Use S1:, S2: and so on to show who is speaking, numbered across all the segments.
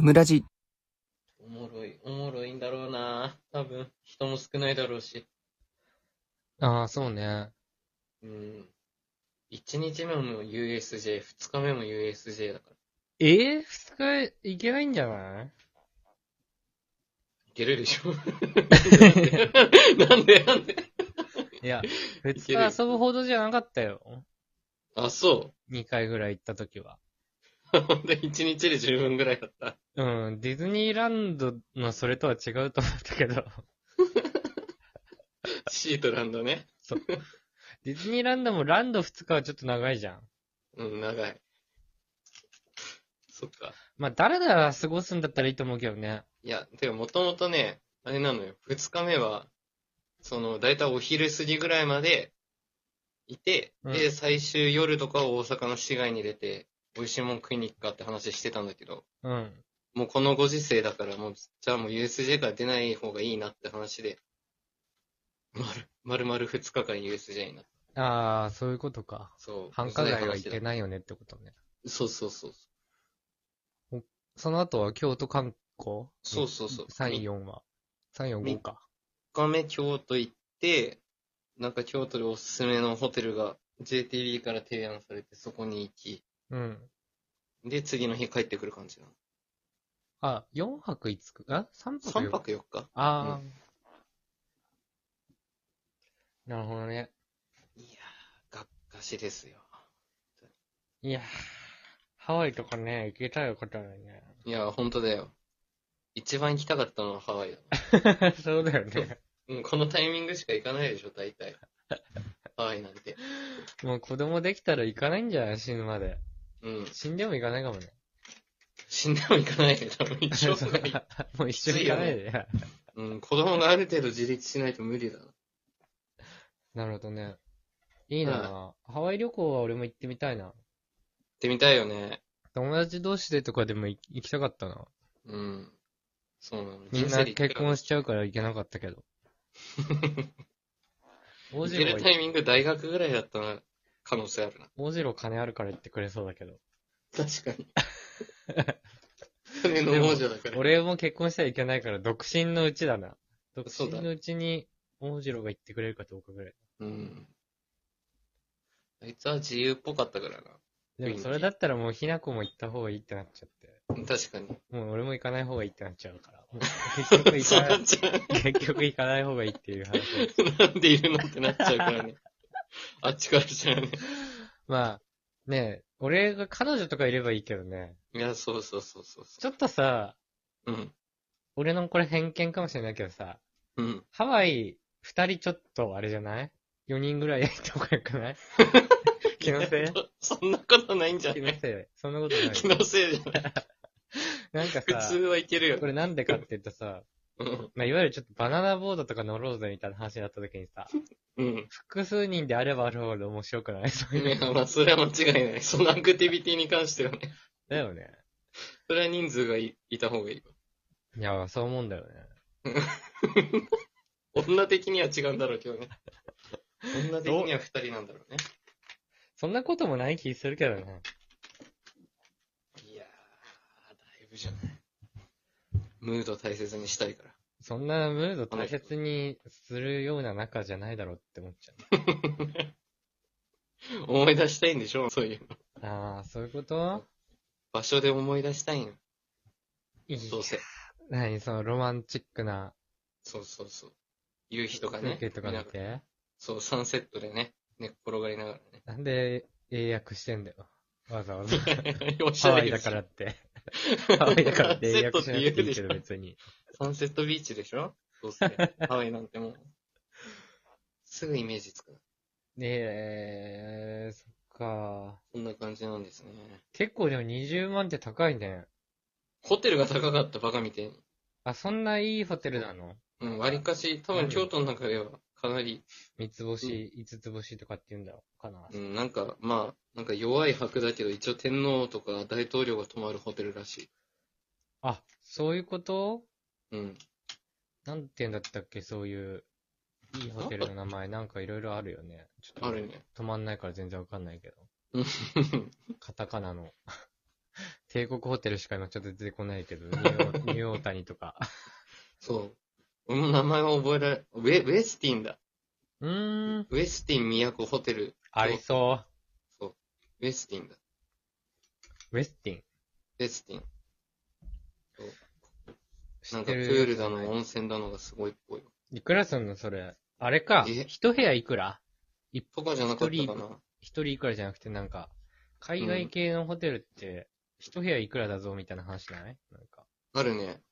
S1: ムラジ。
S2: おもろい、おもろいんだろうな。多分、人も少ないだろうし。
S3: ああ、そうね。
S2: うん。1日目も USJ、2日目も USJ だから。
S3: ええ二日いけないんじゃない
S2: いけるでし ょなんでなんで
S3: いや、
S2: い
S3: 別
S2: け
S3: に
S2: るよ
S3: 遊ぶほどじゃなかったよ。
S2: あ、そ
S3: 2回ぐらい行った時は。
S2: う。ほんと1日 で十分ぐらいだった。
S3: うん、ディズニーランドのそれとは違うと思ったけど。
S2: シートランドね。
S3: ディズニーランドもランド2日はちょっと長いじゃん。
S2: うん、長い。そっか。
S3: まあ、だらだら過ごすんだったらいいと思うけどね。
S2: いや、てか、もともとね、あれなのよ。二日目は、その、だいたいお昼過ぎぐらいまで、いて、
S3: うん
S2: で、最終夜とかは大阪の市街に出て、美味しいもん食いに行くかって話してたんだけど、
S3: うん。
S2: もうこのご時世だから、もう、じゃあもう USJ から出ない方がいいなって話で、まる、まるまる二日間 USJ になった。
S3: ああ、そういうことか。
S2: そう。
S3: 繁華街はいけ
S2: い。
S3: ないよねってことね。
S2: そうそうそう。
S3: その後は京都観光
S2: そうそうそう
S3: 3、4は。3、4、5か。
S2: 3日目京都行って、なんか京都でおすすめのホテルが JTB から提案されてそこに行き、
S3: うん。
S2: で、次の日帰ってくる感じなの。
S3: あ、4泊5日、あ ?3 泊
S2: 3
S3: 4
S2: 泊4日
S3: ああ、なるほどね。
S2: いやー、がっかしですよ。
S3: いやー、ハワイとかね、行けたよことだね。
S2: いやー、ほんとだよ。一番行きたかったのはハワイだ。
S3: そうだよね。
S2: うん、このタイミングしか行かないでしょ、大体。ハワイなんて。
S3: もう子供できたら行かないんじゃない死ぬまで。
S2: うん。
S3: 死んでも行かないかもね。
S2: 死んでも行かないで、多分一生がいい。
S3: もう一緒に行かないで。
S2: うん、子供がある程度自立しないと無理だな。
S3: なるほどね。いいな、ハワイ旅行は俺も行ってみたいな。
S2: 行ってみたいよね。
S3: 友達同士でとかでも行行きたかったな。
S2: うん。そうなの。
S3: みん
S2: 人生
S3: な
S2: で一回
S3: 結婚しちゃうから行けなかったけど。 大
S2: 行け
S3: 次郎
S2: る
S3: は
S2: タイミング大学ぐらいだったら可能性あるな。
S3: 大次郎金あるから言ってくれそうだけど。
S2: 確かに。金の王女だから。
S3: 俺も結婚したらいけないから、独身のうちだな。独
S2: そうだ
S3: 身のうちに、大次郎が言ってくれるかどうかぐらい。
S2: うん。あいつは自由っぽかったから
S3: でもそれだったらもう、ひなこも行った方がいいってなっちゃって。
S2: な。確かに。
S3: もう俺も行かない方がいいってなっちゃうから。もう結局行
S2: そう
S3: か
S2: な
S3: な
S2: っ
S3: い、
S2: ちゃ
S3: 結局行かない方がいいっていう話。
S2: う。なんでいるのってなっちゃうからね。 あっちからじゃね。
S3: まあ、ねえ、俺が彼女とかいればいいけどね。
S2: いや、そうそうそうそう
S3: ち
S2: そ
S3: ょっとさ、
S2: う。うん。
S3: 俺のこれ偏見かもしれないけどさ、
S2: うん。
S3: ハワイ、二人ちょっと、あれじゃない ?4 人ぐらい 行った方がよく ない気のせい
S2: そんなことないんじゃ
S3: 気の
S2: ない
S3: せい。そんなことない。
S2: 気のせいじゃない。
S3: なんか
S2: 普
S3: さ、
S2: 通はいけるよ
S3: こ。れなんでかって言うとさ、
S2: うん。
S3: まあ、いわゆるちょっとバナナボードとか乗ろうぜみたいな話になった時にさ、
S2: うん。
S3: 複数人であればあるほど面白くない そういう
S2: ね
S3: の。
S2: まあ、それは間違いない。そのアクティビティに関してはね。
S3: だよね。
S2: それは人数がいいた方がいいわ。
S3: いや、そう思うんだよね。
S2: 女的には違うんだろうけどね。女的には二人なんだろうね。
S3: そんなこともない気するけどね。
S2: いやー、だいぶじゃない。ムード大切にしたいから。
S3: そんなムード大切にするような仲じゃないだろうって思っちゃ
S2: 思い出したいんでしょそういう。
S3: う。ああ、そういうこと
S2: 場所で思い出したいんよ。
S3: いい
S2: どうせ。
S3: 何そのロマンチックな
S2: そうそうそう。夕日とか
S3: 風
S2: ね。
S3: 景とか
S2: 見
S3: 見
S2: ながら
S3: て。
S2: そう、サンセットでね。寝っ転がりなが
S3: なんで英訳してんだよ。わざわ ざ。
S2: らね。おし
S3: ハ
S2: ゃ
S3: ワ
S2: れ
S3: イ
S2: で
S3: だ
S2: し
S3: か
S2: ょ
S3: らって。ハワイだからって英訳しなくていいけ
S2: サンセットって言
S3: ど
S2: うでしょ
S3: 別に。
S2: サンセットビーチでしょどうせ。ハワイなんてもう。すぐイメージつくな。
S3: えー、そっか。
S2: こんな感じなんですね。
S3: 結構でも20万って高いね。
S2: ホテルが高かったバカみたいに。
S3: あ、そんないいホテルなの
S2: うん、割かし、多分京都の中ではかなり、
S3: 三つ星、五つ星とかって言うんだろうかな。
S2: うん、なんか、まあ、なんか弱い箔だけど、一応天皇とか大統領が泊まるホテルらし
S3: あ、そういうこと
S2: い。うん。
S3: なんて言うんだったっけそういう、いいホテルの名前なんかいろいろあるよね。ちょっと
S2: あるね。
S3: 止まんないから全然わかんないけど。カタカナの。 帝国ホテルしか今ちょっと出てこないけど、ニュ ーオーニューオータニとか。
S2: そう。俺も名前は覚えられ、ウェウェスティンだ。
S3: うーん、
S2: ウェスティン都ホテル。
S3: ありそ
S2: ウェスティンだ。
S3: う。ウェスティン。
S2: ウェスティン。
S3: 知
S2: な
S3: っ
S2: んか
S3: て
S2: プ
S3: る
S2: ールだの、温泉だのがすごいっぽい。
S3: いくらすんのそれ。あれか。
S2: え
S3: 一部屋いくら
S2: とかじゃなかったかな。
S3: 一人いくらじゃなくて、なんか、海外系のホテルって、一部屋いくらだぞみたいな話ないなんか。
S2: あるね。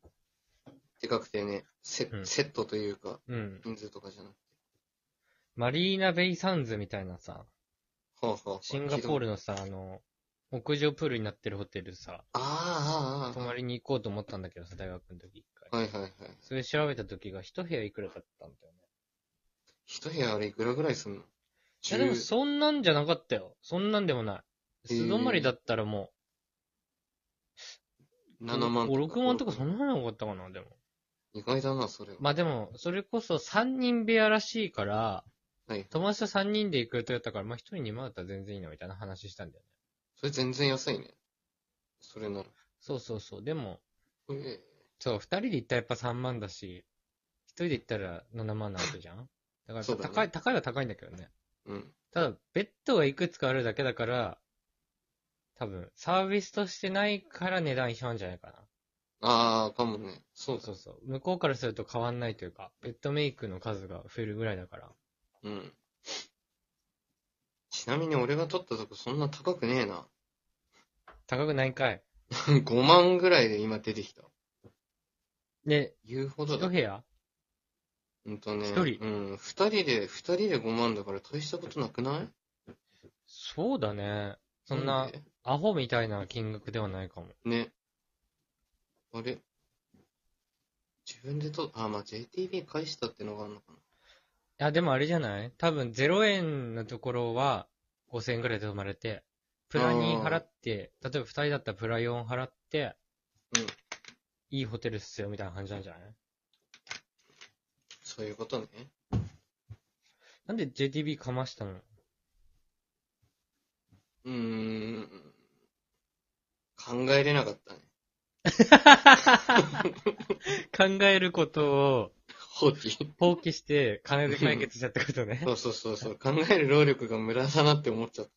S2: でかくてね、セ,、
S3: うん
S2: セットというか、
S3: うん。
S2: 人数とかじゃなくて。
S3: マリーナベイサンズみたいなさ、
S2: はあはあ、
S3: シンガポールのさ、あの、屋上プールになってるホテルさ、
S2: ああ、
S3: 泊
S2: ああ、あ
S3: まりに行こうと思ったんだけどさ、大学の時一回。
S2: ああ。はいはいはい。
S3: それ調べた時が一部屋いくらだったんだよね。
S2: 一部屋あれいくらぐらいすんの
S3: いやでも
S2: 十
S3: そんなんじゃなかったよ。そんなんでもない。
S2: へー
S3: 素泊まりだったらもう、
S2: 7万
S3: 5、6万とか
S2: ん
S3: そんなの多かったかな、でも。
S2: 意外だな、それは。
S3: まあでも、それこそ3人部屋らしいから、
S2: はい。
S3: 友達と3人で行くとやったから、まあ1人2万だったら全然いいなみたいな話したんだよね。
S2: それ全然安いね。それなら。
S3: そうそうそう。でも、
S2: ええ
S3: そう、2人で行ったらやっぱ3万だし、1人で行ったら7万なわけじゃんだから
S2: そうだね
S3: 高い、高いは高いんだけどね。
S2: うん。
S3: ただ、ベッドがいくつかあるだけだから、多分、サービスとしてないから値段一緒なんじゃないかな。
S2: ああ、かもね。
S3: そう
S2: そ
S3: う
S2: だ。
S3: そうそう。向こうからすると変わんないというか、ベッドメイクの数が増えるぐらいだから。
S2: うん。ちなみに俺が取ったとこそんな高くねえな。
S3: 高くないんかい。
S2: 5万ぐらいで今出てきた。
S3: で、
S2: 言うほど
S3: 一
S2: だ。
S3: 部屋
S2: うんとね。
S3: 一人
S2: うん。二人で、二人で5万だから大したことなくない
S3: そうだね。そんな、
S2: で
S3: アホみたいな金額ではないかも。
S2: ね。あれ自分でと、あ、まあ、JTB 返したってのがあるのかな。
S3: いや、でもあれじゃない多分0円のところは5000円ぐらいで泊まれて、プラに払って、例えば2人だったらプラ4払って、
S2: うん
S3: いいホテルっすよみたいな感じなんじゃない
S2: そういうことね。
S3: なんで JTB かま したの
S2: うーん。考えれなかったね。
S3: 考えることを
S2: 放棄。
S3: 放棄して金で解決しちゃったことね。
S2: そうそうそうそう。考える労力が無駄だなって思っちゃっ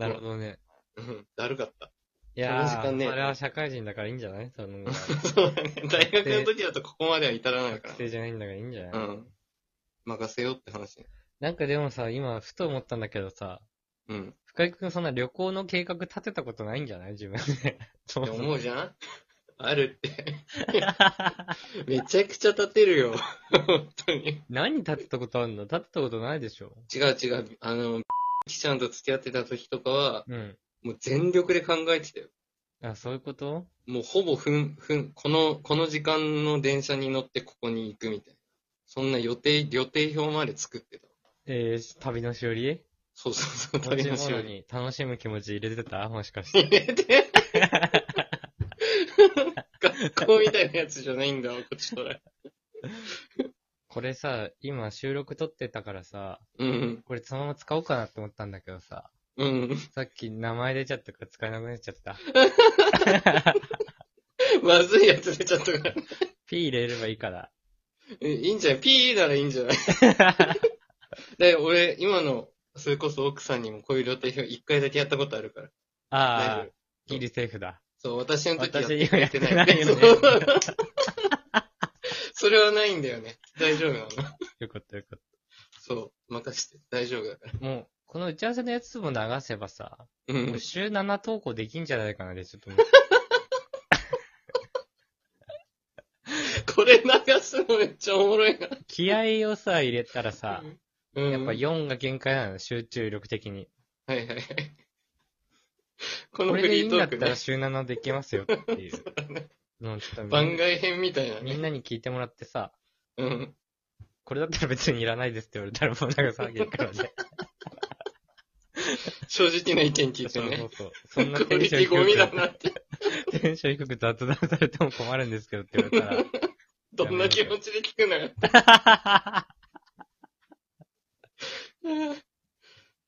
S3: なるほどね。
S2: ど。うん。だるかった。
S3: いや
S2: その時
S3: ー、
S2: 間ね
S3: それは社会人だからいいんじゃないそのぐらい。
S2: そうだね。大学の時だとここまでは至らないか
S3: 学生
S2: ら。
S3: じゃないんだからいいんじゃない、
S2: うん。任せようって話ね。
S3: なんかでもさ、今、ふと思ったんだけどさ、
S2: うん。
S3: 深井くんそんな旅行の計画立てたことないんじゃない自分で。そ
S2: っ
S3: も
S2: て
S3: そも
S2: 思うじゃんあるって。めちゃくちゃ立てるよ。本当に。
S3: 何立てたことあるの立てたことないでしょ
S2: 違う違う。あの、 きちゃんと付き合ってた時とかは、
S3: うん。
S2: もう全力で考えてたよ。
S3: あ、そういうこと
S2: もうほぼふん、ふん、この、この時間の電車に乗ってここに行くみたいな。そんな予定、予定表まで作ってた。
S3: えー、旅のしおり
S2: そうそうそう、
S3: 持ち
S2: の
S3: 物
S2: に。
S3: に楽しむ気持ち入れてたもしかして。
S2: 入れて。 学校みたいなやつじゃないんだわ、こっちとら。
S3: これさ、今収録撮ってたからさ、
S2: うん。
S3: これそのまま使おうかなって思ったんだけどさ、
S2: うん。
S3: さっき名前出ちゃったから使えなくなっちゃった。
S2: まずいやつ出ちゃったから。
S3: P 入れればいいから。
S2: えいいんじゃないピーならいいんじゃない で、俺、今の、それこそ奥さんにもこういう予定表一回だけやったことあるから。
S3: あ
S2: 大丈
S3: あ、ギリセーフだ。
S2: そう、私の時
S3: 私
S2: やってない。
S3: やってないよね
S2: そう それはないんだよね。大丈夫なの。
S3: よかったよかっ
S2: そう、任して。大丈夫だから。
S3: た。もう、この打ち合わせのやつも流せばさ、
S2: う。
S3: もうん週7投稿できんじゃないかなで、ちょっ と思って
S2: これ流すのめっちゃおもろいな。
S3: 気合をさ、入れたらさ、
S2: うん。
S3: やっぱ
S2: はい
S3: 4が限界なの、集中力的に。
S2: はいはい。この
S3: こ
S2: フ
S3: れでい
S2: リ
S3: い
S2: ー
S3: ん
S2: ト
S3: だっ
S2: ーク
S3: た
S2: ね
S3: ら。週7できますよっていうのをちょっとみ
S2: 番
S3: んな
S2: 外編みたいな
S3: みん
S2: ね。
S3: なに聞いてもらってさ、
S2: うん。
S3: これだったら別にいらないですって言われたらもう流 さなきゃいけないからね。
S2: 正直な意見聞いて
S3: そうそ
S2: ね
S3: う。そう。そんな
S2: クオ
S3: テン
S2: リ
S3: シ
S2: テ
S3: ョン
S2: ィゴミだ
S3: 低
S2: な
S3: く、
S2: って。
S3: テンション低く雑談されても困るんですけどって言われたら。
S2: どんな気持ちで聞くのよ。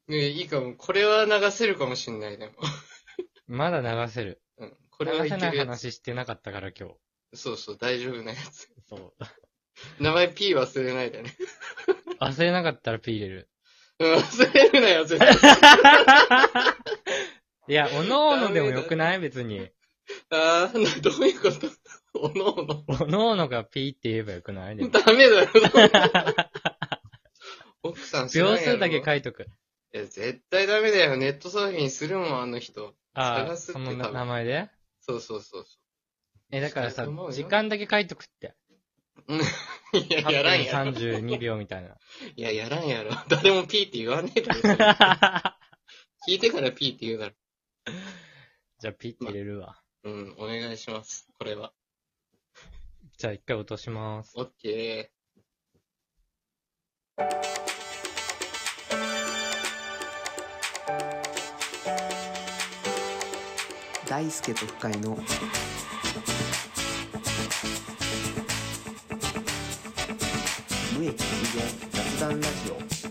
S2: ねいいかも。これは流せるかもしんない、でも。
S3: まだ流せる。
S2: うん。これはい
S3: 流せ
S2: け
S3: ない
S2: るや
S3: 話してなかったから今日。
S2: つ。そうそう、大丈夫なやつ。
S3: そう。
S2: 名前 P 忘れないでね。
S3: 忘れなかったらピー入れる。
S2: うん、忘れるなよ、絶 対。
S3: いや、おのおのでもよくない別に。
S2: あー、などういうことおのおの。
S3: おのおのがピーって言えばよくないでも
S2: ダメだよ。奥さん知らんや
S3: 秒
S2: ろ
S3: 数だけ書いとく。
S2: いや、絶対ダメだよ。ネットサーフィンするもん、あの人。
S3: ああ、
S2: 探すって
S3: そ
S2: 多分
S3: の名前で
S2: そうそうそうそ
S3: え、だからさ
S2: そう思う、よ
S3: 時間だけ書いとくって。
S2: う。いや、やらんやろ。
S3: 32秒みたい な。
S2: いや、やらんやろ。誰もピーって言わねえだろ。それ聞いてからピーって言うだろ。
S3: じゃあ、ピッて入れるわ。
S2: うん、お願いします。これは。
S3: じゃあ、一回落とします。
S2: オッケ
S1: 大輔と深井の無益無限雑談ラジオ